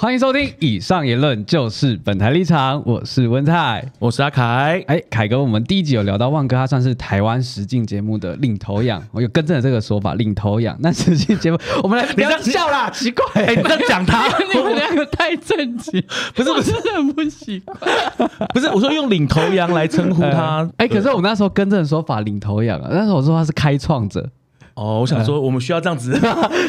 欢迎收听，以上言论就是本台立场，我是温菜。我是阿凯。哎，凯哥，我们第一集有聊到万哥，他算是台湾实境节目的领头羊， 我有更正了这个说法，领头羊。那实境节 目，我们来不这要样笑啦，奇怪、哎、你这样 讲他你们两个太正 经，不是我不是真的很不习 惯。不是，我说用领头羊来称呼 他。哎、可是我那时候更正的说法领头羊啊，那时候我说他是开创者，哦，我想说，我们需要这样 子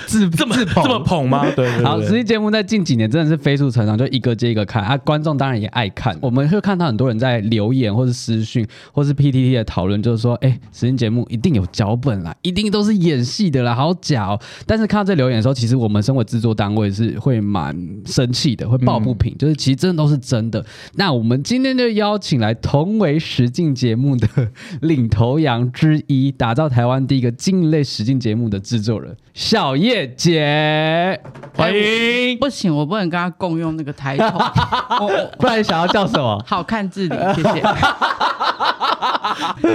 自这么自捧这么捧吗？对对对好，实际节目在近几年真的是飞速成长，就一个接一个看啊，观众当然也爱看。我们会看到很多人在留言或是私讯或是 PTT 的讨论，就是说，哎、实境节目一定有脚本啦，一定都是演戏的啦，好假哦。但是看到这留言的时候，其实我们身为制作单位是会蛮生气的，会抱不嗯平，就是其实真的都是真的。那我们今天就邀请来同为实境节目的领头羊之一，打造台湾第一个境类实境节目的制作人小叶姐。欢迎。不行，我不能跟他共用那个抬头，我我哦不然想要叫什么？好看自理，谢谢。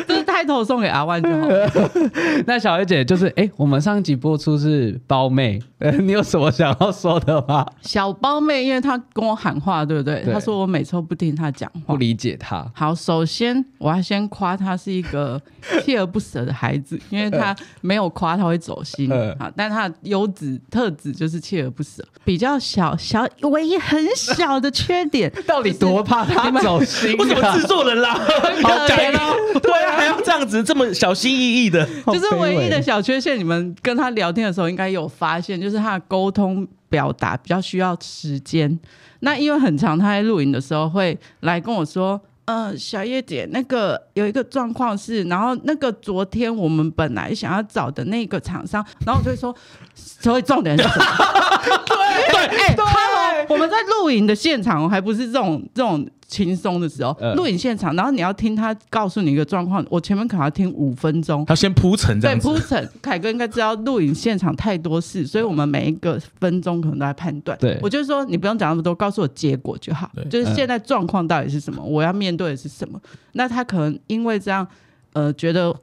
这是抬头送给阿万就好了。 那小叶姐就是，哎、我们上一集播出是胞妹， 呃，你有什么想要说的吗？小包妹，因为她跟我喊话，对不对？对她说我每次都不听她讲不话。理解她，好，首先我要先夸她是一 个锲而不舍的孩子，因为她没有夸她会走心嗯好，但她的优质特质就是锲而不舍，比较小小，唯一很小的缺点 到底多怕她走心为什么啊？制作 人啦？好 可感怜人哦！ 对啊，还要这样子这么小心翼翼的。就是好卑微唯一的小缺陷。你们跟他聊天的时候，应该有发现，就是他的沟通表达比较需要时间。那因为很长，他在录影的时候会来跟我说。呃，小叶姐，那个有一个状况是，然后那个昨天我们本来想要找的那个厂商，然后我就会说， 所以重点是 什么？ 对，哎、对 h e 我们在录影的现场，哦还不是这种这种轻松的时候嗯，录、影现场，然后你要听他告诉你一个状况，我前面可能要听五分钟，他先铺陈这对样子铺，陈， 凯哥应该知道录影现场太多事，所以我们每一个分钟可能都在判断。对我就说你不用讲那么多，告诉我结果就好对。嗯就是现在状况到底是什么，我要面对的是什么。那他可能因为这样，呃，觉得。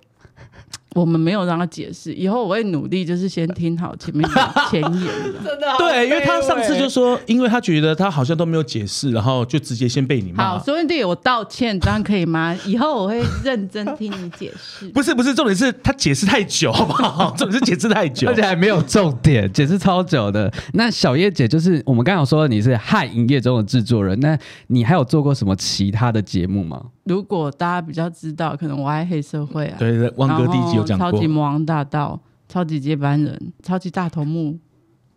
我们没有让他解释，以后我会努力，就是先听好前面的 前言的。真的对，因为他上次就说，因为他觉得他好像都没有解释，然后就直接先被你好，骂。苏文弟，我道歉，这样可以吗？以后我会认真听你解释。 不是不是，重点是他解释太久，好不 好？重点是解释太久而。且还没有重点，解释超久的。那小叶姐就是我们刚刚有说你是嗨营业中的制作人，那你还有做过什么其他的节目吗？如果大家比较知道，可能我爱黑社会啊，对对，对汪哥第一集有讲然后超过级，魔王大道、超级接班人、超级大头目，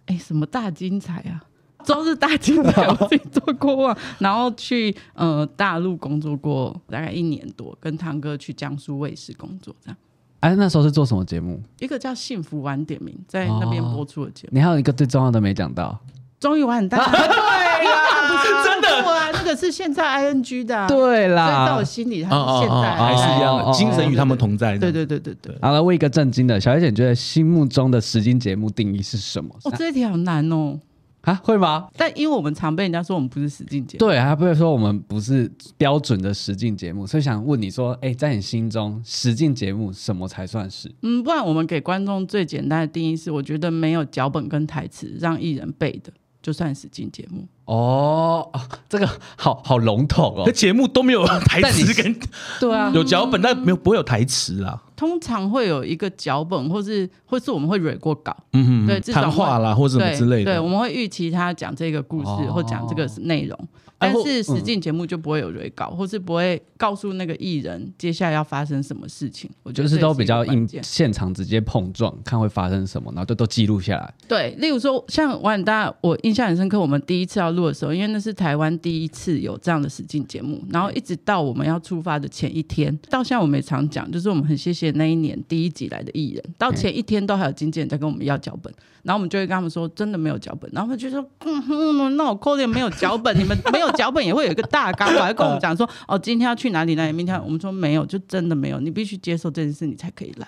哎，什么大精彩啊！都是大精彩，我自己做过啊。然后去呃大陆工作过大概一年多，跟堂哥去江苏卫视工作，这样哎、那时候是做什么节目？一个叫《幸福晚点名》在那边播出的节目，你还有一个最重要的没讲到，终于玩很大， 对呀，不是真的啊， 那个是现在 ING 的、啊，所对以到啦我。心里，他哦哦是现哦在，还是一样哦哦哦的，精神与他们同在。对对对对对。好了，问一个正经的，小叶姐，你觉得心目中的实境节目定义是什么？哦，这一题好难哦。啊，会吗？但因为我们常被人家说我们不是实境节目，对，他不会说我们不是标准的实境节目，所以想问你说，哎、在你心中，实境节目什么才算是？嗯，不然我们给观众最简单的定义是，我觉得没有脚本跟台词让艺人背的，就算实境节目。哦，啊这个好好笼统那 哦。节目都没有台词跟对啊，有脚本，但没有不会有台词啦。通常会有一个脚本，或是或是我们会蕊过稿，嗯对至少谈话啦或什么对之类对，的我。们会预期他讲这个故事、哦或讲这个内容，哎啊但或嗯是实境节目就不会有蕊稿，或是不会告诉那个艺人接下来要发生什么事情。我觉就得是这也都比一个较关硬，键现场直接碰撞，看会发生什么，然后就都记录下来。对，例如说像瓦很大，我印象很深刻。我们第一次要录的时候，因为那是台湾第一次有这样的实境节目，然后一直到我们要出发的前一天，到现在我们也常讲，就是我们很谢谢那一年第一集来的艺人，到前一天都还有经纪人在跟我们要脚本，然后我们就会跟他们说真的没有脚本，然后他们就说嗯哼，那我扣点没有脚本，你们没有脚本也会有一个大纲吧，还跟我们讲说哦今天要去哪里哪里，明天要我们说没有，就真的没有，你必须接受这件事，你才可以来。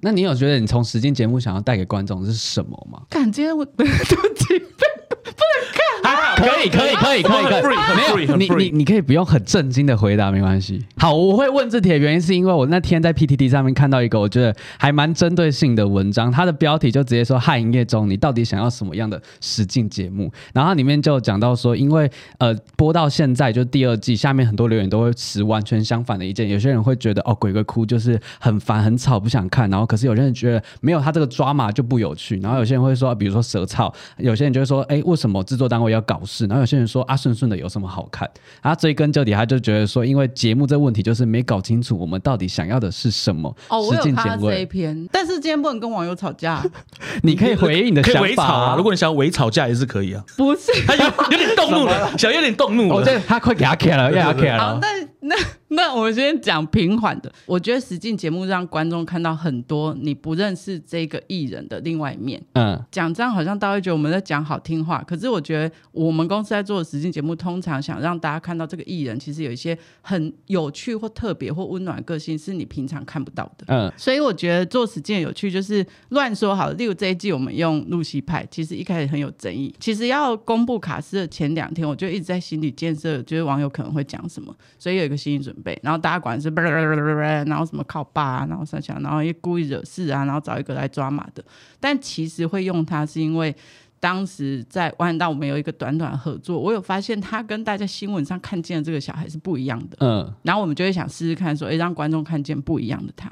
那你有觉得你从实境节目想要带给观众是什么吗？感觉我对不起，不不能看，还好可以可以可以可以很可 free，以，很没 free，有很你你 free。你可以不用很震惊的回答，没关系。好，我会问这题的原因是因为我那天在 PTT 上面看到一个我觉得还蛮针对性的文章，它的标题就直接说“汉营业中你到底想要什么样的实境节目”，然后它里面就讲到说，因为呃播到现在就第二季，下面很多留言都会持完全相反的意见，有些人会觉得哦鬼鬼哭就是很烦很吵不想看，然后可是有些人觉得没有他这个抓马就不有趣，然后有些人会说比如说蛇草，有些人就会说哎为什么制作单位要搞事，然后有些人说啊顺顺的有什么好看，他追根究底他就觉得说因为节目这问题就是没搞清楚我们到底想要的是什么，哦，我实有践看简到这一位，篇，但是今天不能跟网友吵架， 你可以回应你的可以想围法吵啊！啊如。果你想要围吵架也是可以啊。不是。他有有点动怒了，小有点动怒我了。这哦他快给他 K 了，要给 他 K 好了，。那 那那我们先讲平缓的。我觉得实境节目让观众看到很多你不认识这个艺人的另外一面。嗯，讲这样好像大家会觉得我们在讲好听话，可是我觉得我们公司在做的实境节目，通常想让大家看到这个艺人其实有一些很有趣或特别或温暖的个性，是你平常看不到的。嗯，所以我觉得做实践有趣，就是乱说好了。例如这一季我们用露西派，其实一开始很有争议。其实要公布卡斯的前两天，我就一直在心理建设，就是网友可能会讲什么，所以有一个心理准备。然后大家管是，然后什么靠爸、啊，然后三小，然后又故意惹事啊，然后找一个来抓马的。但其实会用它，是因为。当时在万达，我们有一个短短合作，我有发现他跟大家新闻上看见的这个小孩是不一样的。嗯，然后我们就会想试试看说，诶，让观众看见不一样的他。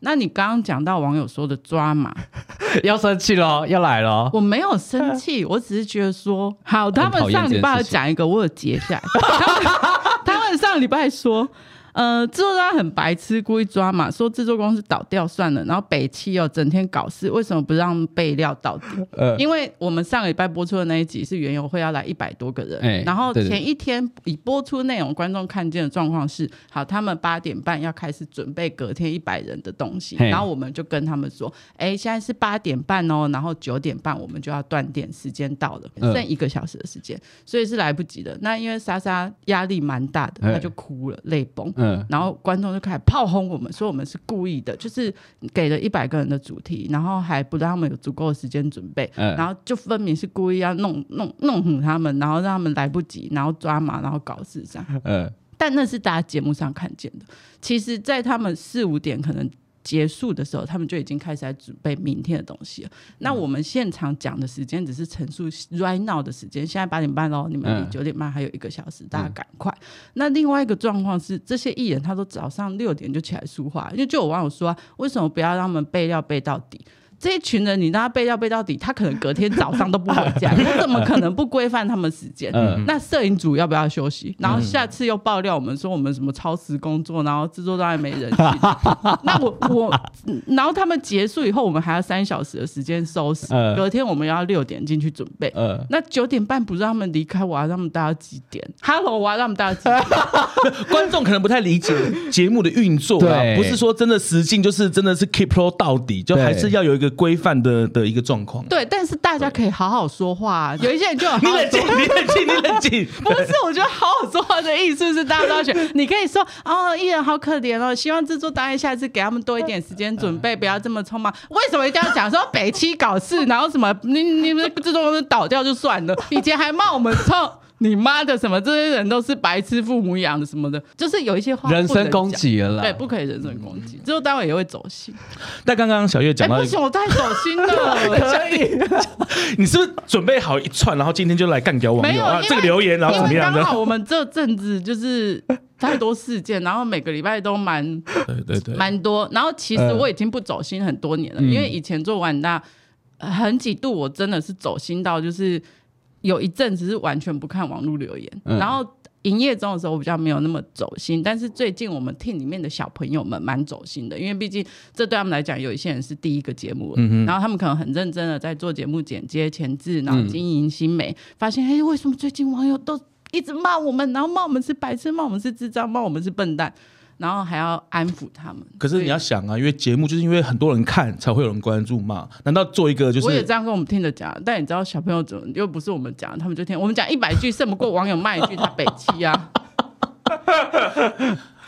那你刚刚讲到网友说的抓马，要生气喽，要来喽。我没有生气，我只是觉得说，好，他讨们厌上这礼件拜有事情讲一个，我有截下来。他们他们上礼拜说，呃，制作单位很白痴，故意抓马，说制作公司倒掉算了，然后北汽又整天搞事，为什么不让备料到底？呃因为我们上个礼拜播出的那一集是原友会要来一百多个人，哎然后对对前一天已播出内容，观众看见的状况是，好，他们八点半要开始准备隔天一百人的东西，嘿然后我们就跟他们说，哎，现在是八点半哦，然后九点半我们就要断电，时间到了，嗯剩一个小时的时间，所以是来不及的。那因为莎莎压力蛮大的，哎她就哭了，泪崩。嗯，然后观众就开始炮轰我们，说我们是故意的，就是给了一百个人的主题，然后还不让他们有足够的时间准备，嗯然后就分明是故意要弄弄弄唬他们，然后让他们来不及，然后抓马，然后搞事这样。呃，但那是大家节目上看见的。其实，在他们四五点可能结束的时候，他们就已经开始在准备明天的东西了。那我们现场讲的时间只是陈述 right now 的时间，现在八点半喽，你们嗯离九点半还有一个小时，大家赶快。那另外一个状况是，这些艺人他都早上六点就起来梳化，因为就有网友说、啊，为什么不要让他们备料备到底？这一群人，你让他备料备到底，他可能隔天早上都不回 家，我怎么可能不规范他们时间？嗯那摄影组要不要休息？然后下次又爆料我们说我们什么超时工作，然后制作单位没 人去。那我我，嗯然后他们结束以后，我们还要三小时的时间收拾，嗯隔天我们要六点进去准备。呃，那九点半不让他们离开，我要让他们大家几点？Hello，我要让他们大家几点？ 观众可能不太理解节目的运作啊对，不是说真的实境，就是真的是 keep low 到底，就对还是要有一个规范的的一个状况。对，但是大家可以好好说话、啊，有一些人就有好你好冷静，说。你冷静，你冷静。 不是，我觉得好好说话的意思是大家都要学。你可以说哦，艺人好可怜哦，希望制作单位下次给他们多一点时间准备，不要这么匆忙。 为什么一定要讲说北七搞事，然后什么 你你们制作公司倒掉就算了，以前还骂我们操 你妈的什么，这些人都是白痴父母养的什么的，就是有一些话人不能身攻讲。击了啦。对，不可以人身攻击，制作单位也会走心。但刚刚小月哎、讲到不一个，行，我太走心了。你是不是准备好一串，然后今天就来干掉网没友有啊因？为这个留言，然后因怎么为样刚的？好我们这阵子就是太多事件，然后每个礼拜都蛮对对对，蛮多。然后其实我已经不走心很多年了，因为以前做完大，呃很几度我真的是走心到就是有一阵子是完全不看网络留言，嗯然后。营业中的时候，我比较没有那么走心，但是最近我们 team 里面的小朋友们蛮走心的，因为毕竟这对他们来讲，有一些人是第一个节目了，嗯然后他们可能很认真的在做节目剪接、前置，然后嗯经营新媒，发现哎、诶为什么最近网友都一直骂我们，然后骂我们是白痴，骂我们是智障，骂我们是笨蛋，然后还要安抚他们。可是你要想啊，因为节目就是因为很多人看才会有人关注嘛，难道做一个就我也是这样跟我们听着讲，但你知道小朋友怎么又不是我们讲，他们就听我们讲一百句，胜不过网友骂一句他北七啊。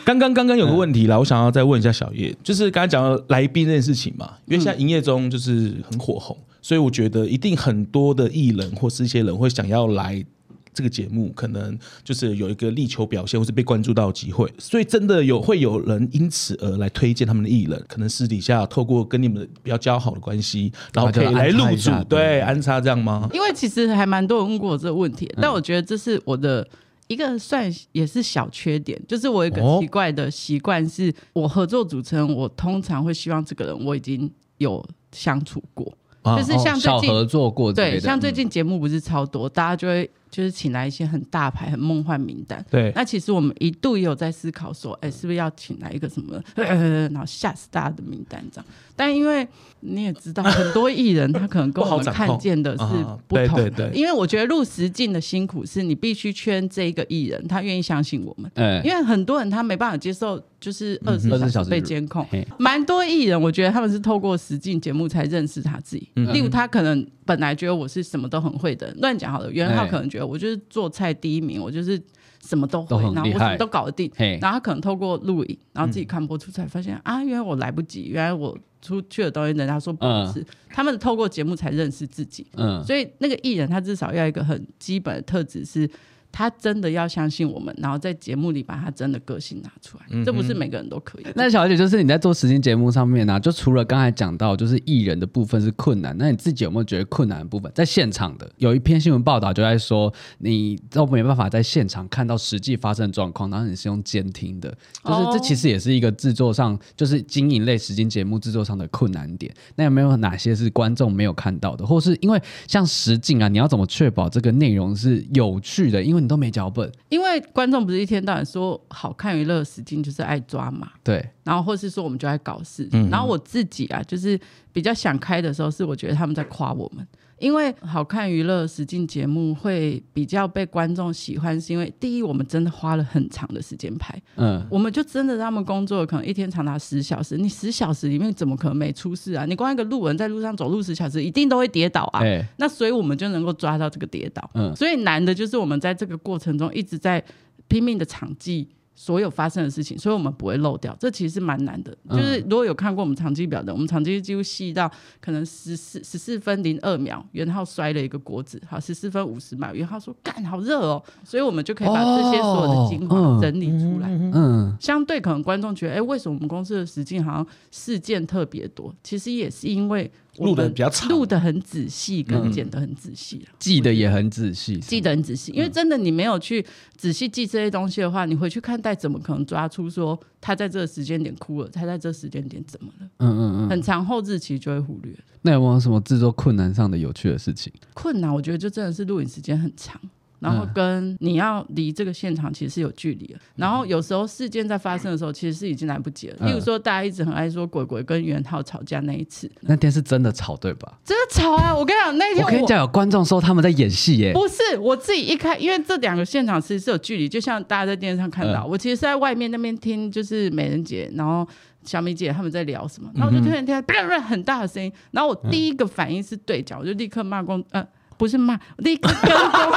刚刚刚刚有个问嗯题啦，我想要再问一下小叶，就是刚才讲到来宾这件事情嘛，嗯因为现在营业中就是很火红，所以我觉得一定很多的艺人或是一些人会想要来这个节目可能就是有一个力求表现或是被关注到的机会，所以真的有会有人因此而来推荐他们的艺人，可能私底下透过跟你们比较交好的关系，然后可以啊来入安插一主下，对，对安插这样吗？因为其实还蛮多人问过我这个问题，嗯但我觉得这是我的一个算也是小缺点，就是我有一个哦奇怪的习惯是，我合作主持人，我通常会希望这个人我已经有相处过，啊 就是像最哦小近、合作过之类对，的，像最嗯近节目不是超多，大家就会就是请来一些很大牌、很梦幻名单。对嗯那其实我们一度也有在思考说，哎、是不是要请来一个什么，呃、然后吓死大家的名单这样？但因为你也知道，很多艺人他可能 跟不好我们掌看控见的是啊不同对的，对对因为我觉得入实境的辛苦是你必须圈这一个艺人，他愿意相信我们，哎因为很多人他没办法接受，就是二十嗯四24小小时时被监控。嘿蛮多艺人，我觉得他们是透过实境节目才认识他自己。嗯例如，他可能本来觉得我是什么都很会的，乱讲好了。袁浩哎可能觉得我就是做菜第一名，我就是什么都会，都很然后厉我害什么都搞得定。嘿嗯然后他可能透过录影，然后自己看播出才发现、啊，原来我来不及，原来我出去的东西人家说不是，他们透过节目才认识自己。嗯，所以那个艺人他至少要一个很基本的特质是。他真的要相信我们，然后在节目里把他真的个性拿出来，这不是每个人都可以的。 那小姐就是你在做实境节目上面呢、啊，就除了刚才讲到就是艺人的部分是困难，那你自己有没有觉得困难的部分？在现场的有一篇新闻报道就在说，你都没办法在现场看到实际发生的状况，然后你是用监听的，就是哦这其实也是一个制作上就是经营类实境节目制作上的困难点。那有没有哪些是观众没有看到的，或是因为像实境啊，你要怎么确保这个内容是有趣的？因为你都没脚本，因为观众不是一天到晚说好看娱乐时间就是爱抓嘛，对，然后或是说我们就爱搞事，然后我自己啊，就是比较想开的时候，是我觉得他们在夸我们，因为好看娱乐实境节目会比较被观众喜欢，是因为第一，我们真的花了很长的时间拍，嗯。我们就真的让他们工作，可能一天长达十小时，你十小时里面怎么可能没出事啊？你光一个路人在路上走路十小时，一定都会跌倒啊。哎，那所以我们就能够抓到这个跌倒。啊嗯所以难的就是我们在这个过程中一直在拼命的场记所有发生的事情，所以我们不会漏掉。这其实是蛮难的，嗯就是如果有看过我们场记表的，我们场记几乎细到可能十四十四分零二秒，袁浩摔了一个果子，好十四分五十秒，袁浩说干好热哦，所以我们就可以把这些所有的精哦华嗯整理出来。嗯，相对可能观众觉得，哎、为什么我们公司的实境好像事件特别多？其实也是因为我们录得比较长嗯录的很仔细，跟剪得很仔细、啊记得也很仔细，记得很仔细。因为真的你没有去仔细记这些东西的话，你回去看待，怎么可能抓出说他在这个时间点哭了，他在这个时间点怎么了？嗯嗯嗯。很长后置其实就会忽略。那有没有什么制作困难上的有趣的事情？困难，我觉得就真的是录影时间很长，然嗯后跟你要离这个现场其实是有距离的。然后有时候事件在发生的时候，其实是已经来不及了。嗯例如说，大家一直很爱说鬼鬼跟袁浩吵架那一次，那天是真的吵对吧？真的吵啊！我跟你讲，那一天我跟你讲，有观众说他们在演戏耶。不是我自己一开，因为这两个现场其实是有距离，就像大家在电视上看嗯到，我其实是在外面那边听，就是美人姐，然后小米姐他们在聊什嗯么，然后我就突然听到啪啪很大的声音，然后我第一个反应是对角，我就立刻骂公呃。不是骂，我立刻跟工，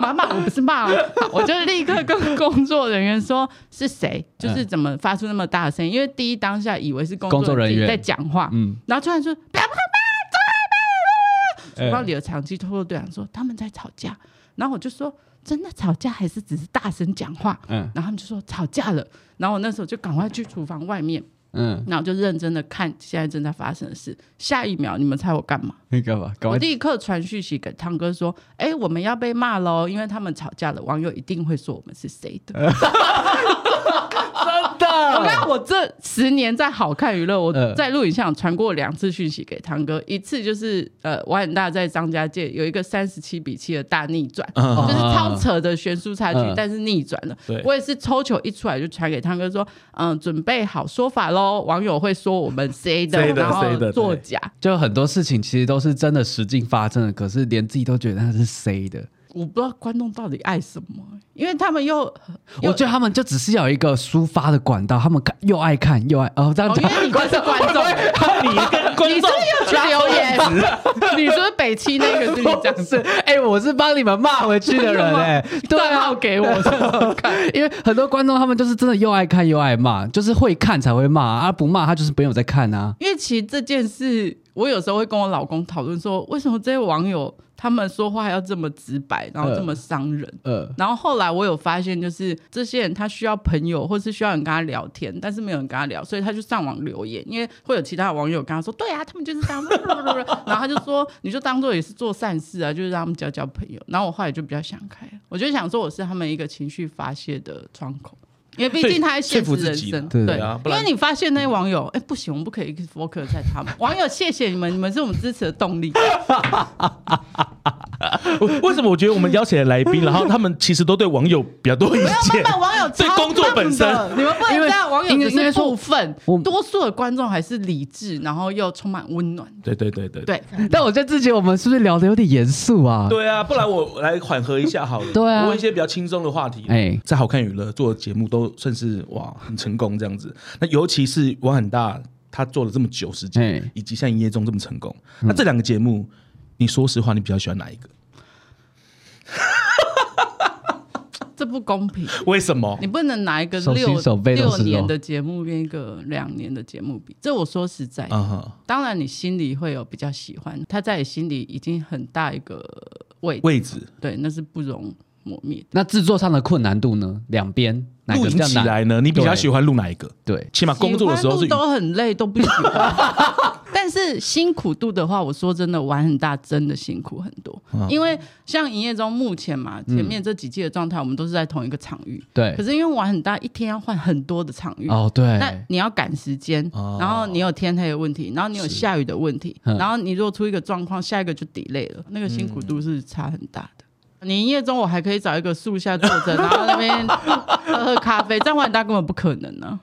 妈妈，我不是骂哦，我就立刻跟工作人员说是谁，就是怎么发出那么大的声音，因为第一当下以为是工嗯工作人自己员在讲话，嗯，然后突然说不要哎然后你的长期透露队长说他们在吵架，然后我就说真的吵架还是只是大声讲话？嗯然后他们就说吵架了，然后我那时候就赶快去厨房外面，嗯，然后就认真的看现在正在发生的事。下一秒你们猜我干嘛？你干嘛？赶我快立刻传讯息给汤哥说，哎，我们要被骂喽，因为他们吵架了，网友一定会说我们是谁的。嗯我看我这十年在好看娱乐，我嗯在录影现场传过两次讯息给汤哥，一次就是呃，我很大在张家界有一个三十七比七的大逆转，嗯就是超扯的悬殊差距，嗯但是逆转了对。我也是抽球一出来就传给汤哥说，嗯、准备好说法喽，网友会说我们谁的，谁的然谁的后对作假。就很多事情其实都是真的实际发生的，可是连自己都觉得那是 C 的。我不知道观众到底爱什么，因为他们又啊又我觉得他们就只是要有一个抒发的管道，他们看又爱看又爱哦，这样哦，因讲为你就是观众，你跟观你是不众是有去留言？你是不是北七那个是你讲不是， 哎、我是帮你们骂回去 的人哎、对段啊号，给我的？因为很多观众他们就是真的又爱看又爱骂，就是会看才会骂啊，不骂他就是没有在看啊。因为其实这件事，我有时候会跟我老公讨论说，为什么这些网友他们说话要这么直白，然后这么伤人。呃，然后后来我有发现，就是这些人他需要朋友，或是需要人跟他聊天，但是没有人跟他聊，所以他就上网留言，因为会有其他的网友跟他说：“对啊，他们就是这样。”然后他就说：“你就当做也是做善事啊，就是让他们交交朋友。”然后我后来就比较想开了，我就想说我是他们一个情绪发泄的窗口。因为毕竟他在现实人生，对对啊不因然为你发现那些网友，哎、不行，我们不可以一直 focus 在他们。网友，谢谢你们，你们是我们支持的动力。为为什么我觉得我们邀请的来宾，然后他们其实都对网友比较多意没有见办？法，网友对超工作笨的本身你们不能因这为样，网友应该只应该是说部分我，多数的观众还是理智，然后又充满温暖。 对对对对对，但我觉得自己我们是不是聊的有点严肃啊？，对啊！不然我来缓和一下好了，对啊问一些比较轻松的话题。哎在好看娱乐做的节目都算是哇很成功这样子。那尤其是王很大，他做了这么久时间哎，以及像营业中这么成功，嗯那这两个节目，你说实话，你比较喜欢哪一个？这不公平。为什么你？不能拿一个手心六手背都六是肉年的节目跟一个两年的节目比，这我说实在，啊哈，当然你心里会有比较喜欢，他在你心里已经很大一个位置，位置对，那是不容磨灭。那制作上的困难度呢？两边哪录个比影较起难？来呢？你比较对喜欢录哪一个？对，起码工作的时候是喜欢录都很累，都不 喜欢。但是辛苦度的话，我说真的，玩很大真的辛苦很多。嗯因为像营业中目前嘛，前面这几季的状态，我们都是在同一个场域。对可，是因为玩很大，一天要换很多的场域。哦，对，那你要赶时间，哦然后你有天黑的问题，然后你有下雨的问题，嗯然后你如果出一个状况，下一个就 delay 了，那个辛苦嗯度是差很大的。你营业中我还可以找一个树下坐 着，然后在那边喝喝咖啡，这样玩很大根本不可能啊呢、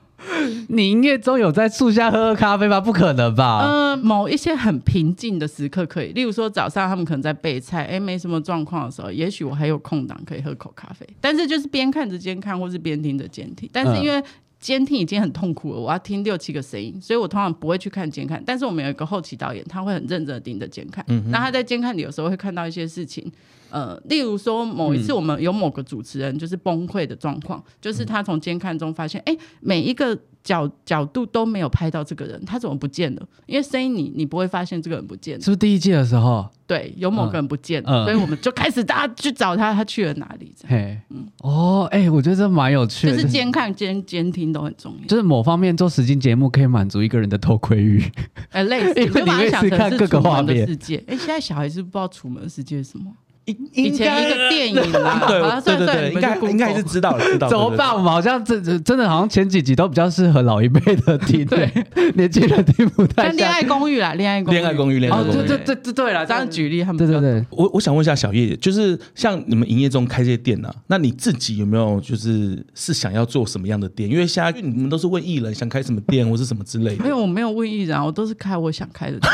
你营业中有在树下喝喝咖啡吗？不可能吧？呃，某一些很平静的时刻可以，例如说早上他们可能在备菜，哎，没什么状况的时候，也许我还有空档可以喝口咖啡。但是就是边看着监看，或是边听着监听。但是因为监听已经很痛苦了，我要听六七个声音，所以我通常不会去看监看。但是我们有一个后期导演，他会很认真的盯着监看。那他在监看里有时候会看到一些事情，呃，例如说某嗯一次我们有某个主持人就是崩溃的状况，就是他从监看中发现，哎、每一个角角度都没有拍到这个人，他怎么不见了？因为声音你你不会发现这个人不见是了，不是第一季的时候？对，有某个人不见了，嗯嗯所以我们就开始大家去找他，他去了哪里？这样嘿，哦，哎、我觉得这蛮有趣就的，是监看监监听都很重要，就是某方面做实境节目可以满足一个人的偷窥欲，哎、类似 因为你就把你会它想一直看成是各个楚画门的面世界。哎、现在小孩是不是不知道楚门的世界是什么？以以前一个电影啦， 对好，对算对算对，你应们该去 Google 应该是知道了，知道了怎么办？我？们好像这这真的好像前几集都比较适合老一辈的听，对， 年轻人听不太看《恋下爱去。公寓》啦，《恋爱公寓》恋爱公寓恋爱哦公，寓对对对对对对，对嗯对啦，这样举例他们对比对较对，我我想问一下小叶，就是像你们营业中开这些店啊，那你自己有没有就是是想要做什么样的店？因为现在因为你们都是问艺人想开什么店或是什么之类没的，有，我没有问艺人啊，我都是开我想开的店。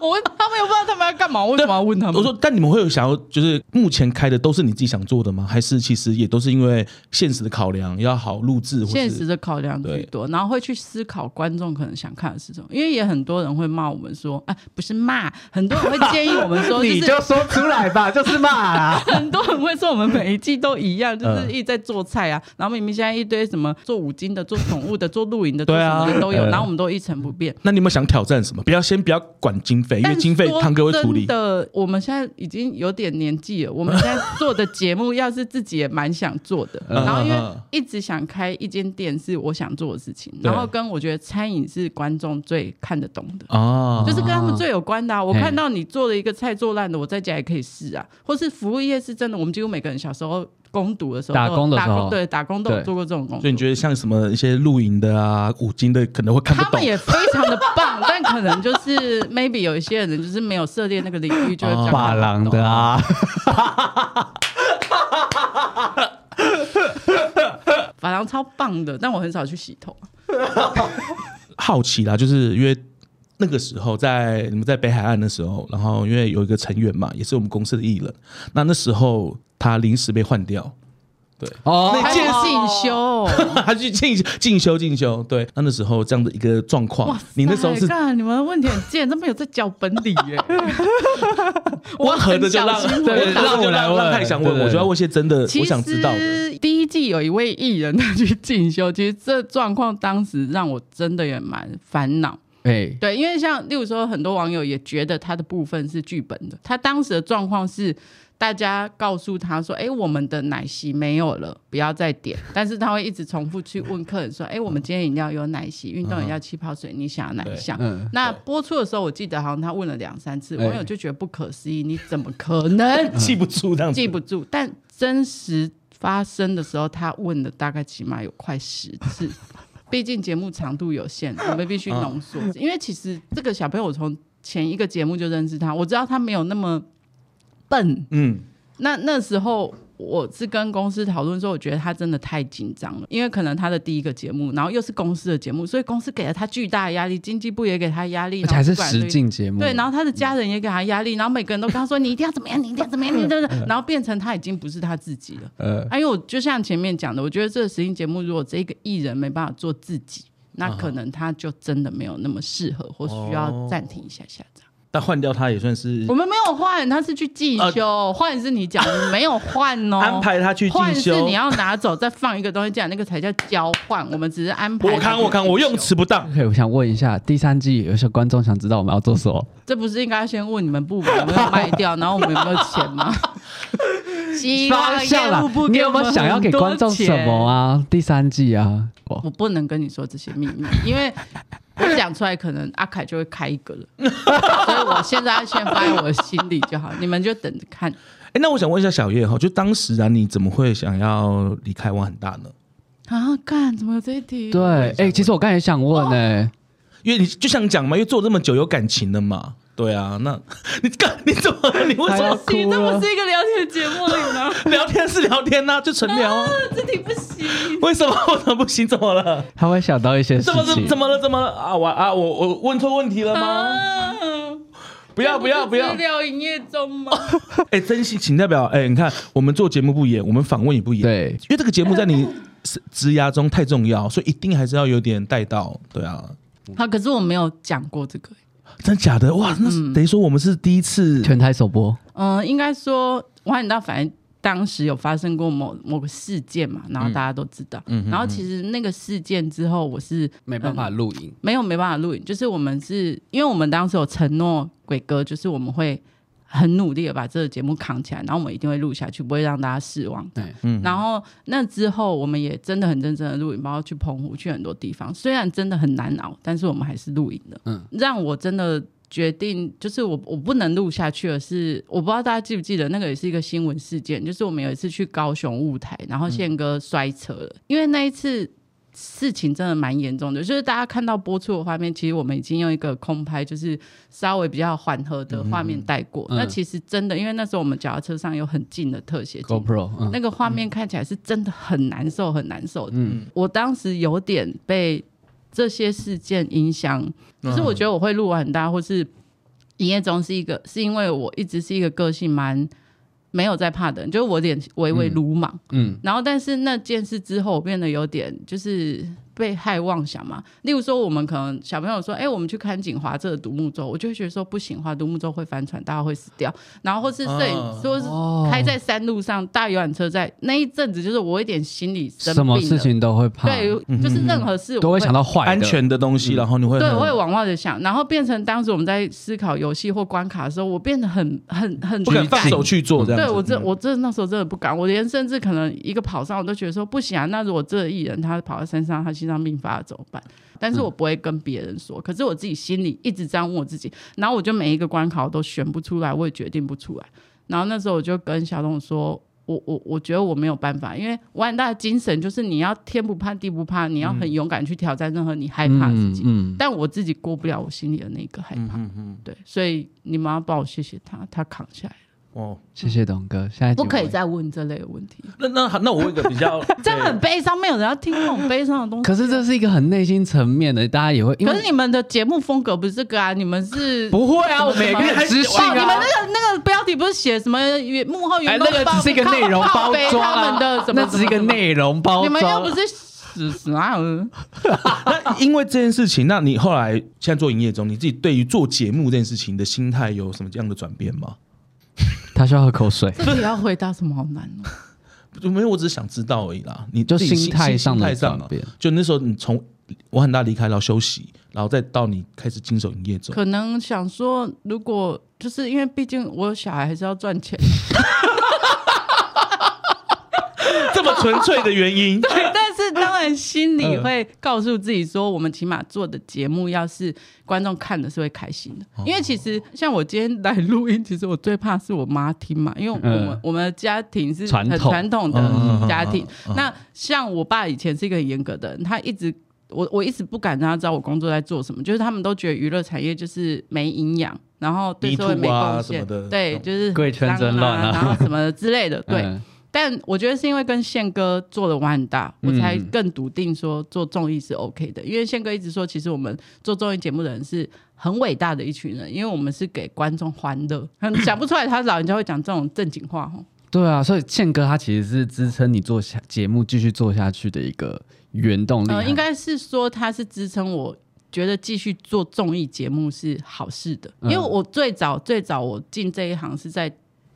我问他们，又不知道他们要干嘛，我为什么要问他们？我说，但你们会有想要就是目前开的都是你自己想做的吗？还是其实也都是因为现实的考量，要好录制或是现实的考量居多，然后会去思考观众可能想看的是什么，因为也很多人会骂我们说，哎、不是骂，很多人会建议我们 说，你就是就说出来吧，就是骂 啦。很多人会说我们每一季都一样，就是嗯一直在做菜啊，然后明明现在一堆什么做五金的、做宠物的、做露营的、做对什啊么的都有，嗯然后我们都一成不变。那你有没有想挑战什么？不要先不要管经费，因为但经费说汤哥会处理真。的，我们现在已经有点年纪了，我们现在做的节目，要是自己也蛮想做的， 嗯然后因为嗯嗯一直想开一间店是我想做的事情，对然后跟我觉得餐饮是观众最看得懂的。啊就是跟他们最有关的啊！我嘿看到你做了一个菜做烂的，我在家也可以试啊。或是服务业是真的，我们几乎每个人小时候攻读的时候都有，打工的时候对打工都有对做过这种工作所以。你觉得像什么一些露营的啊、五金的，可能会看不他们懂。也非常的棒，但可能就是 maybe 有一些人就是没有涉猎那个领 域，就会比较哦发廊哦的啊，发廊超棒的，但我很少去洗头。好奇啦，就是因为那个时候在你们在北海岸的时候，然后因为有一个成员嘛，也是我们公司的艺人，那那时候他临时被换掉， 哦还件有进修，他去进修进修进修。对，那那时候这样的一个状哇况塞！，你那时候是干你们的问题很贱，都没有在脚本 里耶。温和的就让很小心对我让就我来让问太想对问，对我就要问些真的其我想知道的。实第一季有一位艺人他去进修，其实这状况当时让我真的也蛮烦恼。 哎，对，因为像例如说，很多网友也觉得他的部分是剧本的。他当时的状况是，大家告诉他说：“哎，我们的奶昔没有了，不要再点。”但是他会一直重复去问客人说：“哎，我们今天饮料有奶昔，运动饮料气泡水，你想要哪一项？” 嗯，那播出的时候，我记得好像他问了两三次，哎网友就觉得不可思议，你怎么可嗯能记不住这样子记。不住？但真实发生的时候，他问的大概起码有快十次。毕竟节目长度有限，我们必须浓缩。因为其实这个小朋友，我从前一个节目就认识他，我知道他没有那么笨。嗯，那那时候我是跟公司讨论说，我觉得他真的太紧张了，因为可能他的第一个节目，然后又是公司的节目，所以公司给了他巨大的压力，经济部也给他压力，而且还是然后主实管对境嗯节目，对，然后他的家人也给他压力，然后每个人都跟他说：“你一定要怎么样，你一定要 怎么样，你等等。”然后变成他已经不是他自己了。呃，哎、因为我就像前面讲的，我觉得这个实境节目，如果这个艺人没办法做自己，那可能他就真的没有那么适合，或需要暂停一下下这样。但换掉他也算是我们没有换，他是去进修，换、是你讲的，没有换哦。啊安排他去换进是修你。要拿走，再放一个东西进来，那个才叫交换。我们只是安排。我看我看，我用词，不当。 OK，我想问一下，第三季有些观众想知道我们要做什么？这不是应该先问你们部门有没有卖掉，然后我们有没有钱 吗？希 望业务部你给有我没们有想要给观众什么啊？啊？第三季啊，哇，我不能跟你说这些秘密，因为我讲出来，可能阿凯就会开一个了。所以我现在要先放在我的心里就好，你们就等着看。哎，那我想问一下小叶哈，就当时啊，你怎么会想要离开湾很大呢？啊，干，怎么有这一题？对，哎、其实我刚才也想问哎呢、因为你就想讲嘛，因为做这么久有感情了嘛。对啊，那 你干你怎么哎你为还什要么哭这了不？是一个聊天节目里呢？聊天是聊天呐、就纯聊啊？这题不行。为什么我怎么不行？怎么了？他会想到一些事怎么怎情么。怎么了？怎么了啊？我啊我我问错问题了吗？啊不要不要不要！聊营业中吗？哎、真心请代表哎、你看我们做节目不演，我们访问也不演，，对，因为这个节目在你 是职涯中太重要，所以一定还是要有点带到，对啊， 好，可是我没有讲过这个。真假的哇，那是等于说我们是第一次，全台首播，嗯，应该说我很大，反正当时有发生过某某个事件嘛，然后大家都知道。然后其实那个事件之后，我是没办法录影。没有没办法录影，就是我们是因为我们当时有承诺鬼哥，就是我们会很努力的把这个节目扛起来，然后我们一定会录下去，不会让大家失望。对，然后那之后，我们也真的很认真的录影，包括去澎湖，去很多地方。虽然真的很难熬，但是我们还是录影的。嗯嗯，让我真的决定，就是我我不能录下去了。是我不知道大家记不记得，那个也是一个新闻事件，就是我们有一次去高雄雾台，然后宪哥摔车了，因为那一次。事情真的蛮严重的，就是大家看到播出的画面，其实我们已经用一个空拍，就是稍微比较缓和的画面带过。嗯那其实真的，因为那时候我们脚踏车上有很近的特写镜头 GoPro，嗯，那个画面看起来是真的很难受，很难受。嗯，我当时有点被这些事件影响，可嗯是我觉得我会录完很大，或是营业中是一个，是因为我一直是一个个性蛮没有在怕的人，就是我有点唯唯鲁莽。嗯嗯，然后但是那件事之后，我变得有点就是被害妄想嘛。例如说，我们可能小朋友说：“哎、我们去看景华这个独木舟。”我就会觉得说不行，划独木舟会翻船，大家会死掉。然后或是摄影，嗯哦说是开在山路上，大游览车在那一阵子，就是我有点心理生什病么了。事情嗯都会怕，对，就是任何事我都会想到嗯坏的嗯安。全的东西，然后你会嗯对，很我会往外的想，然后变成当时我们在思考游戏或关卡的时候，我变得很很很不敢拘放谨手去做这样子。嗯对我嗯这我这那时候真的不敢，我连甚至可能一个跑上我都觉得说不行啊，那如果这个艺人他跑到山上他心脏病发了怎么办？但是我不会跟别人说，可是我自己心里一直这样问我自己，然后我就每一个关卡我都选不出来，我也决定不出来。然后那时候我就跟小董说，我我我觉得我没有办法，因为万大的精神就是你要天不怕地不怕，你要很勇敢去挑战任何你害怕的事情。嗯，但我自己过不了我心里的那个害怕，对，所以你们要帮我谢谢他，他扛下来。哦，谢谢董哥，现在嗯不可以再问这类的问题，那那那我问一个比较 这样很悲伤，没有人要听那种悲伤的东西。可是这是一个很内心层面的，大家也会因可是为你们的节目风格不是这个啊，你们是不会啊，我们也可以知性哦你们啊。那个那个标题不是写什么员幕后哎，员工那个报只是一个内容靠包背装他啊们的，什么，那只是一个什么，内容包你们又装不。是死死啊？那因为这件事情，那你后来现在做营业中，你自己对于做节目这件事情的心态有什么样的转变吗？他需要喝口水。 这题要回答什么好难哦？就没有，我只是想知道而已啦。你就自己心态上的心态上啊转变就那时候你从我很大离开，然后休息，然后再到你开始经手营业中。可能想说，如果就是因为毕竟我小孩还是要赚钱，这么纯粹的原因， 但是当然心里嗯会告诉自己说，我们起码做的节目要是观众看的是会开心的，哦因为其实像我今天来录音，其实我最怕是我妈听嘛，因为我们、嗯我们的家庭是传很统传统的嗯家庭嗯嗯嗯，那像我爸以前是一个很严格的人，他一直。我我一直不敢让他知道我工作在做什么，就是他们都觉得娱乐产业就是没营养，然后对社会 Me 没 too 啊贡献，什么的对，就是贵圈真乱啊啊，然后什么之类的，对。嗯但我觉得是因为跟宪哥做了玩很大，我嗯才更笃定说做综艺是 OK 的。因为宪哥一直说，其实我们做综艺节目的人是很伟大的一群人，因为我们是给观众欢乐。很想不出来他老人家会讲这种正经话哦。对啊，所以宪哥他其实是支撑你做下节目继续做下去的一个原动力啊。呃，应该是说他是支撑我觉得继续做综艺节目是好事的，因为嗯我最早最早我进这一行是在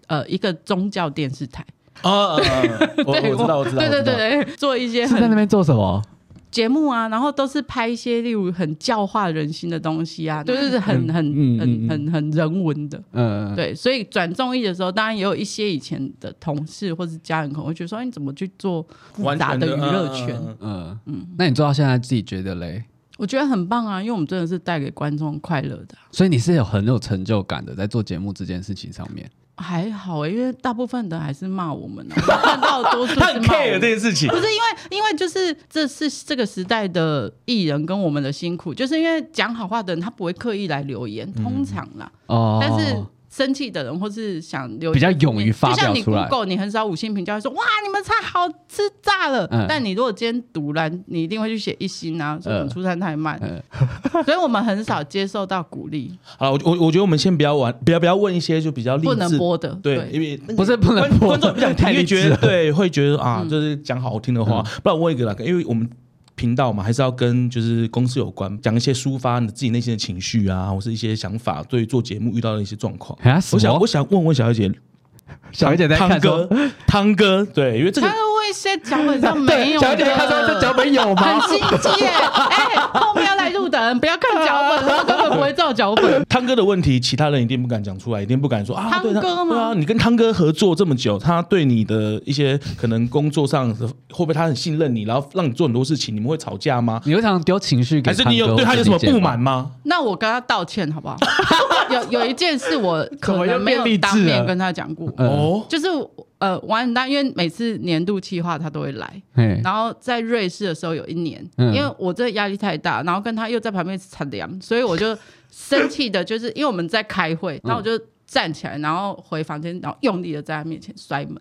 呃一个宗教电视台，啊，啊啊我我知道，我知道，对对我知道，对对，做一些是很在那边做什么？节目啊，然后都是拍一些例如很教化人心的东西啊，都是很很嗯嗯嗯很很很人文的。嗯，对，所以转综艺的时候，当然也有一些以前的同事或是家人可能会觉得说，哎，你怎么去做复完杂全的娱乐嗯圈？嗯嗯嗯嗯。那你做到现在自己觉得嘞？我觉得很棒啊，因为我们真的是带给观众快乐的啊。所以你是有很有成就感的，在做节目这件事情上面。还好、欸，因为大部分的还是骂 我们、啊，我看到的多数是骂他我很们 care 这件事情不，是因为，因为就是这是这个时代的艺人跟我们的辛苦，就是因为讲好话的人他不会刻意来留言，嗯通常啦，哦，但是嗯生气的人或是想留言比较勇于发就像表你出来 Google，你很少五星评价会说哇你们菜好吃炸了，嗯但你如果今天读完，你一定会去写一星啊，说我嗯们出餐太慢，嗯 所以我们很少接受到鼓励，好了，我我我觉得我们先不要玩，不要不要问一些就比较励不能志，播的，对，因为不是不能观播观众 比较太听，励志觉得了 对，会觉得嗯啊，就是讲好听的话。嗯不然我问一个啦，因为我们。频道嘛，还是要跟就是公司有关，讲一些抒发你自己内心的情绪啊，或是一些想法，对于做节目遇到的一些状况。啊什么我想，我想问问小姐，小姐在汤看哥说，，汤哥，对，因为这个他都问一些脚本上 没对，有的。啊小姐在看说这脚本有吗？很心 机耶！哎、后面要来录的人不要看脚本，他根本不会照脚本。汤哥的问题，其他人一定不敢讲出来，一定不敢说啊。汤对他哥吗对啊，你跟汤哥合作这么久，他对你的一些可能工作上的会不会他很信任你，然后让你做很多事情，你们会吵架吗？你会常常丢情绪给还是你汤有哥对他有什或么者你不姐吗满？吗？那我跟他道歉好不 好？有有一件事我怎可么又能没变励有志当面了跟他讲过， 嗯哦，就是呃，王很大，因为每次年度企划他都会来，嘿，然后在瑞士的时候有一年，嗯因为我这压力太大，然后跟他又在旁边惨凉，所以我就生气的，就是因为我们在开会，然后我就站起来，然后回房间，然后用力的在他面前摔门。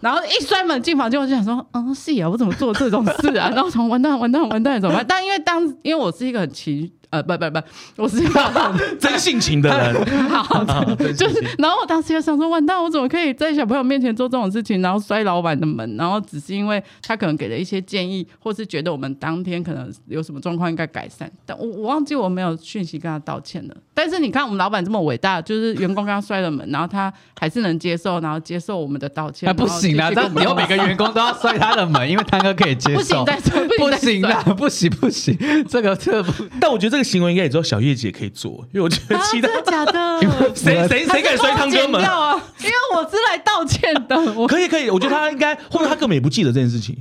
然后一摔门进房间，我就想说，嗯，是啊，我怎么做这种事啊？然 后从完蛋、完蛋、完蛋怎么办？但因为当因为我是一个很情呃，不不不，我是一个很真性情的人， 好的，就是，然后我当时就想说，完蛋，我怎么可以在小朋友面前做这种事情，然后摔老板的门，然后只是因为他可能给了一些建议，或是觉得我们当天可能有什么状况应该改善，但我我忘记我没有讯息跟他道歉了。但是你看我们老板这么伟大，就是员工刚刚摔了门，然后他还是能接受，然后接受我们的道歉，哎，不行啦，啦，但你要每个员工都要摔他的门，因为汤哥可以接受。不行再摔，不再行摔啦，不行不行，这个这个不，但我觉得这个行为应该也只有小叶姐可以做，因为我觉得啊，其真 他的假的？谁谁谁敢摔汤哥还是帮我剪门掉？啊？因为我是来道歉的，我可以可以，我觉得他应该，或者他根本也不记得这件事情，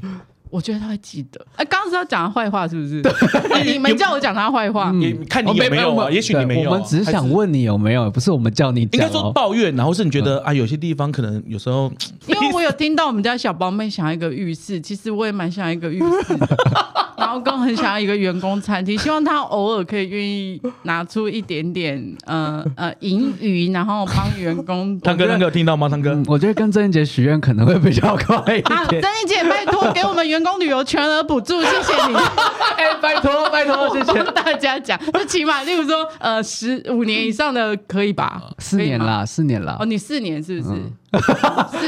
我觉得他会记得。哎、刚刚是要讲他坏话是不是？哎你们叫我讲他坏话，也看你有没有我啊？们也许你没有啊，我们只是想问你有没有，不是我们叫你应讲哦。该说抱怨，然后是你觉得啊，有些地方可能有时候。因为我有听到我们家小宝妹想要一个浴室，其实我也蛮想要一个浴室的， 然后跟很想要一个员工餐厅，希望他偶尔可以愿意拿出一点点呃呃盈余，然后帮员 工汤哥，汤哥有听到吗？汤哥嗯，，我觉得跟郑英杰许愿可能会比较快一 啊，点。珍妮姐，拜托给我们员工旅游全额补助，谢谢你。 哎，拜托拜 托，谢跟谢。大家讲， 就起码，例如说，呃，十五年以上的可以吧？四年可以吗。啦，四年啦哦，。你四年是不是？四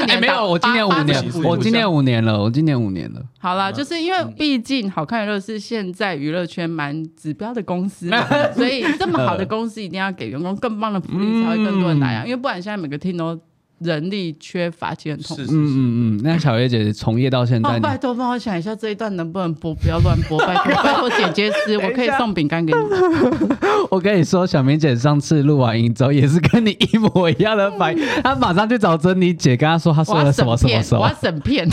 哎，年没有，到我今年八五八年年，我今年五年了，我今年五年了。好啦，就是因为嗯毕竟好看娱乐是现在娱乐圈蛮指标的公司 嘛，所嗯以这么好的公司一定要给员工更棒的福利，才会更多人来啊。因为不然现在每个 team 都人力缺乏，其实很痛苦是。嗯嗯嗯，那小月姐从业到现在哦，拜你，托帮我想一下这一段能不能播，不要乱播，拜托拜托剪接 师，我可以送饼干给你们。我跟你说，小明姐上次录完音之后也是跟你一模一样的反 应，她马上去找珍妮姐，跟她说她我说要了什么审什么片，什我么要。审片。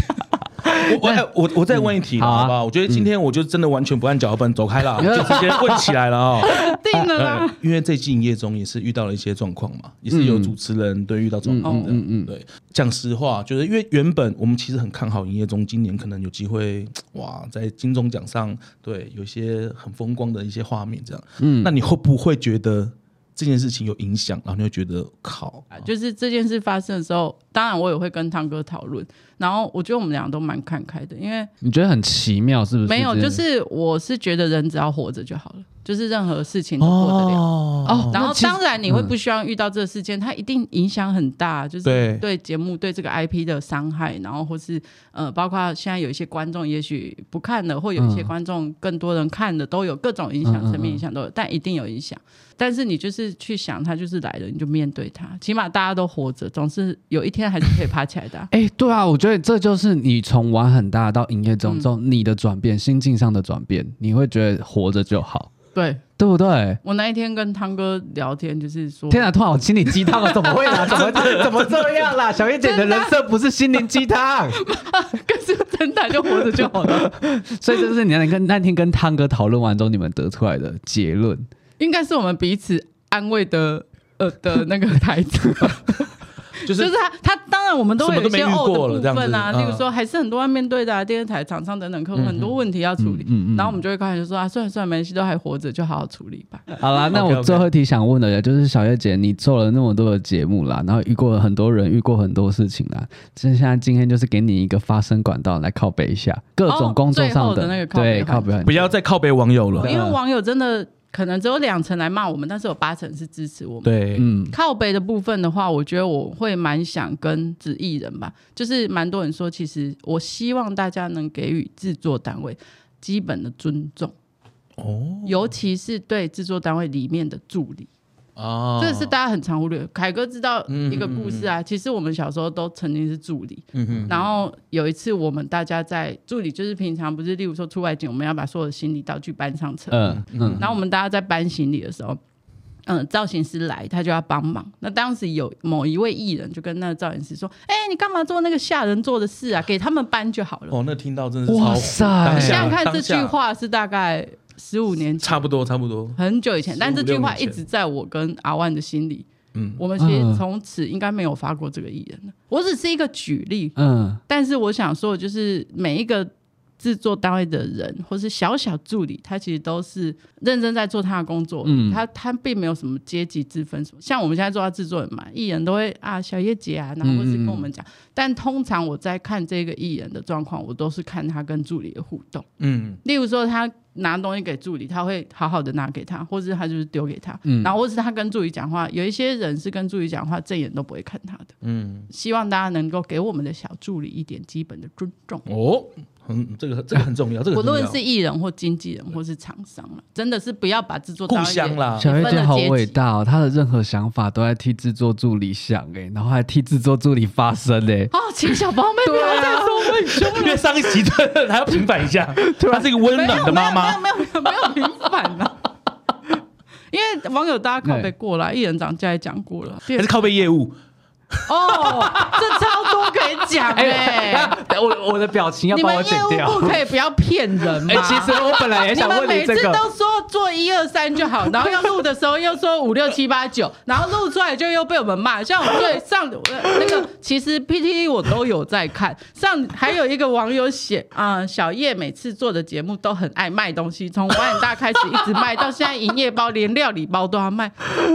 我我哎我我再问一题好啊好不好？我觉得今天我就真的完全不按脚本走开了，我就直接问起来了哦。定了啦。呃，因为这季营业中也是遇到了一些状况嘛，也是有主持人对遇到状况的。嗯嗯，对，讲实话，就是因为原本我们其实很看好营业中今年可能有机会，哇，在金钟奖上，对，有一些很风光的一些画面这样。嗯，那你会不会觉得这件事情有影响，然后你会觉得靠？啊就是这件事发生的时候，当然我也会跟汤哥讨论，然后我觉得我们俩都蛮看开的，因为你觉得很奇妙是不是？没有，这件就事是我是觉得人只要活着就好了，就是任何事情都过得了。哦然那后其实当然你会嗯不希望遇到这个事嗯件，它一定影响很大，就是对对节目对这个 IP 的伤害，然后或是呃，包括现在有一些观众也许不看了，或有一些嗯观众更多人看的，都有各种影响，层面影响都有，但一定有影响。但是你就是去想，它就是来了，你就面对它，起码大家都活着，总是有一天还是可以爬起来的啊、哎、对啊，我觉得这就是你从玩很大到营业嗯中之后、你的转变，心境上的转变，你会觉得活着就好，对对不对？我那一天跟汤哥聊天，就是说，天啊！突然我心灵鸡汤了，怎么会 啦？怎么怎么这样啦？小燕姐的人设不是心灵鸡 汤，可是真的就活着就好了。 所以这是你那天跟那天跟汤哥讨论完之后，你们得出来的结论。 应该是我们彼此安慰的呃的那个台词吧， 就就是是他他当然我们都会有一些什么都没遇过了哦的部分啊，这样子嗯例如说还是很多要面对的、啊、电视台厂商等等客户很多问题要处理，嗯嗯然后我们就会开始说啊，算了算了，没关系，都还活着，就好好处理吧。好 啦，那我 OK，OK 最后一题想问的，就是小叶姐，你做了那么多的节目啦，然后遇过很多人，遇过很多事情啦，现现在今天就是给你一个发声管道来靠背一下各种哦工作上最后的那个靠对背靠环背环节，不要再靠北网友了。因为网友真的可能只有两成来骂我们，但是有八成是支持我们。对，嗯靠北的部分的话，我觉得我会蛮想跟子艺人吧，就是蛮多人说，其实我希望大家能给予制作单位基本的尊重。哦尤其是对制作单位里面的助理，啊这个是大家很常忽略。凯哥知道一个故嗯事啊，其实我们小时候都曾经是助理，然后有一次我们大家在助理，就是平常不是，例如说出外景，我们要把所有的行李道具搬上车，嗯嗯然后我们大家在搬行李的时候。嗯，造型师来，他就要帮忙。那当时有某一位艺人就跟那个造型师说：“哎、你干嘛做那个吓人做的事啊？给他们搬就好了。哦，那听到真的是哇超火塞当想下想看，当这下句话是大概十五年前。差不多，差不多。很久以前，但这句话15-16一年前直在我跟阿万的心里。嗯嗯，我们其实从此应该没有发过这个艺人了。我只是一个举例，嗯，但是我想说，的就是每一个制作单位的人，或是小小助理，他其实都是认真在做他的工作。嗯他他并没有什么阶级之分什么。像我们现在做到制作人嘛，艺人都会啊小叶姐啊，然后或是跟我们讲。但通常我在看这个艺人的状况，我都是看他跟助理的互动。嗯，例如说，他拿东西给助理，他会好好的拿给他，或是他就是丢给他，然后或是他跟助理讲话，有一些人是跟助理讲话，正眼都不会看他的。嗯，希望大家能够给我们的小助理一点基本的尊重。哦，很这个这个很重要，这个不很重论要是艺人或经纪人或是厂商了，真的是不要把制作单互位相啦，小叶分姐了好阶伟级大哦，她的任何想法都在替制作助理想哎、然后还替制作助理发声 哎、哦，请小宝妹不要再说我很凶因为上一集的还要平反 一下，啊她是一个温没有暖的妈妈，没有没有没有没有平反了。因为网友大家靠背过了，艺人涨价也讲过了，还是靠背业务。哦，这超多可以讲哎、哎，我我的表情要你帮们我剪业掉务。部可以不要骗人吗？哎、其实我本 来也你想们问每你次这个，都说做一二三 就好，然后要录的时候又说五六七八九，然后录出来就又被我们骂。像我 对上呃那个，其实 PTT 我都有在看，上还有一个网友写啊、呃小叶每次做的节目都很爱卖东西，从碗很大开始一直卖，到现在营业包连料理包都要卖。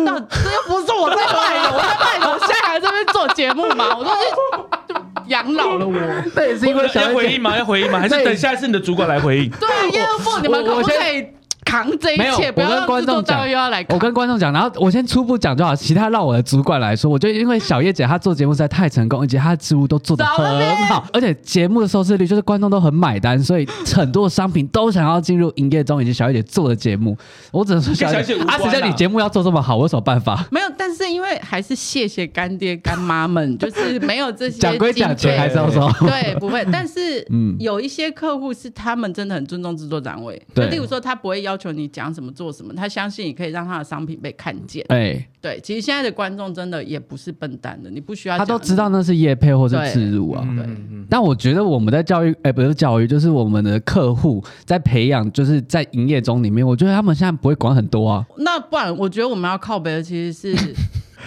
那这又不是我在卖的，我在卖的，我现在还在这边做节目嘛，我都是养老了我。这也是因为小要叶回姐应吗？要回应吗？还是对嗯等下一次你的主管来回应？对，业务部你们我可我不先可以？扛这一没有切，不我要跟让观制作众讲单位又要来我扛。跟观众讲，然后我先初步讲就好，其他让我的主管来说。我觉得因为小叶姐她做节目实在太成功，而且她的植物都做得早了很咩好，而且节目的收视率就是观众都很买单，所以很多商品都想要进入营业中以及小叶姐做的节目。我只能说小叶跟小叶姐无啊，谁关叫你啦节目要做这么好，我有什么办法？没有，但是因为还是谢谢干爹干妈们， 就是没有这些讲归讲，经钱费还是要收。对，不会。但是嗯有一些客户是他们真的很尊重制作单位，就对例如说他不会要求你讲什么做什么，他相信你可以让他的商品被看见。 哎，对，其实现在的观众真的也不是笨蛋的，你不需要他都讲知道那是叶配或是对植入啊。嗯对嗯嗯但我觉得我们在教育，哎、不是教育，就是我们的客户在培养，就是在营业中里面，我觉得他们现在不会管很多 啊。那不然，我觉得我们要靠北的其实是，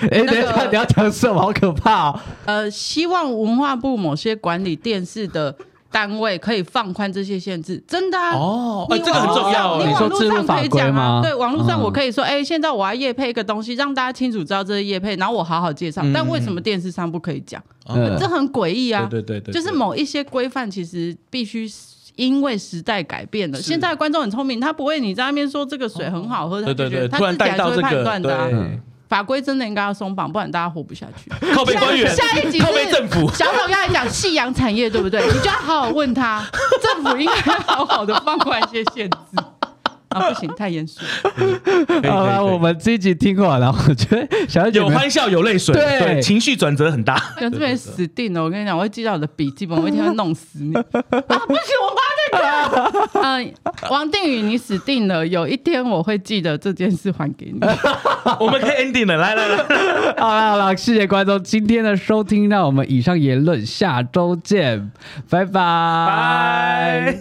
哎、那个等一下你要讲什么？好可怕哦！呃，希望文化部某些管理电视的单位可以放宽这些限制，真的啊。哦，哎，你这个很重要网哎络上你你。说网置络入上法可以规讲吗啊，对，网络上嗯我可以说，哎、现在我要业配一个东西，让大家清楚知道这是业配，然后我好好介绍。嗯但为什么电视上不可以讲？嗯这很诡异啊！对对对对，就是某一些规范，其实必须因为时代改变了。是现在的观众很聪明，他不会你在那边说这个水很好喝，对对对，他突就然觉得他自带到这己还是会判个断的、啊。对，法规真的应该要松绑，不然大家活不下去。靠背官员，下一集靠背是政 府，小董要来讲夕阳产业，对不对？你就要好好问 他，政府应该好好的放宽一些限 制。啊，不行，太严肃。可以好了，我。们这一集听完了，我觉得小可姐以有姐们欢笑有泪水，对对，情绪转折很大。杨志远死定了，我跟你讲，我会记到我的笔记本，我一天会弄死你。 啊，不行，我妈 在这。嗯、王定宇，你死定了，有一天我会记得这件事还给你。我们可以 ending 了，来来来，好了好了，谢谢观众今天的收听，让我们以上言论下周见，拜拜。拜。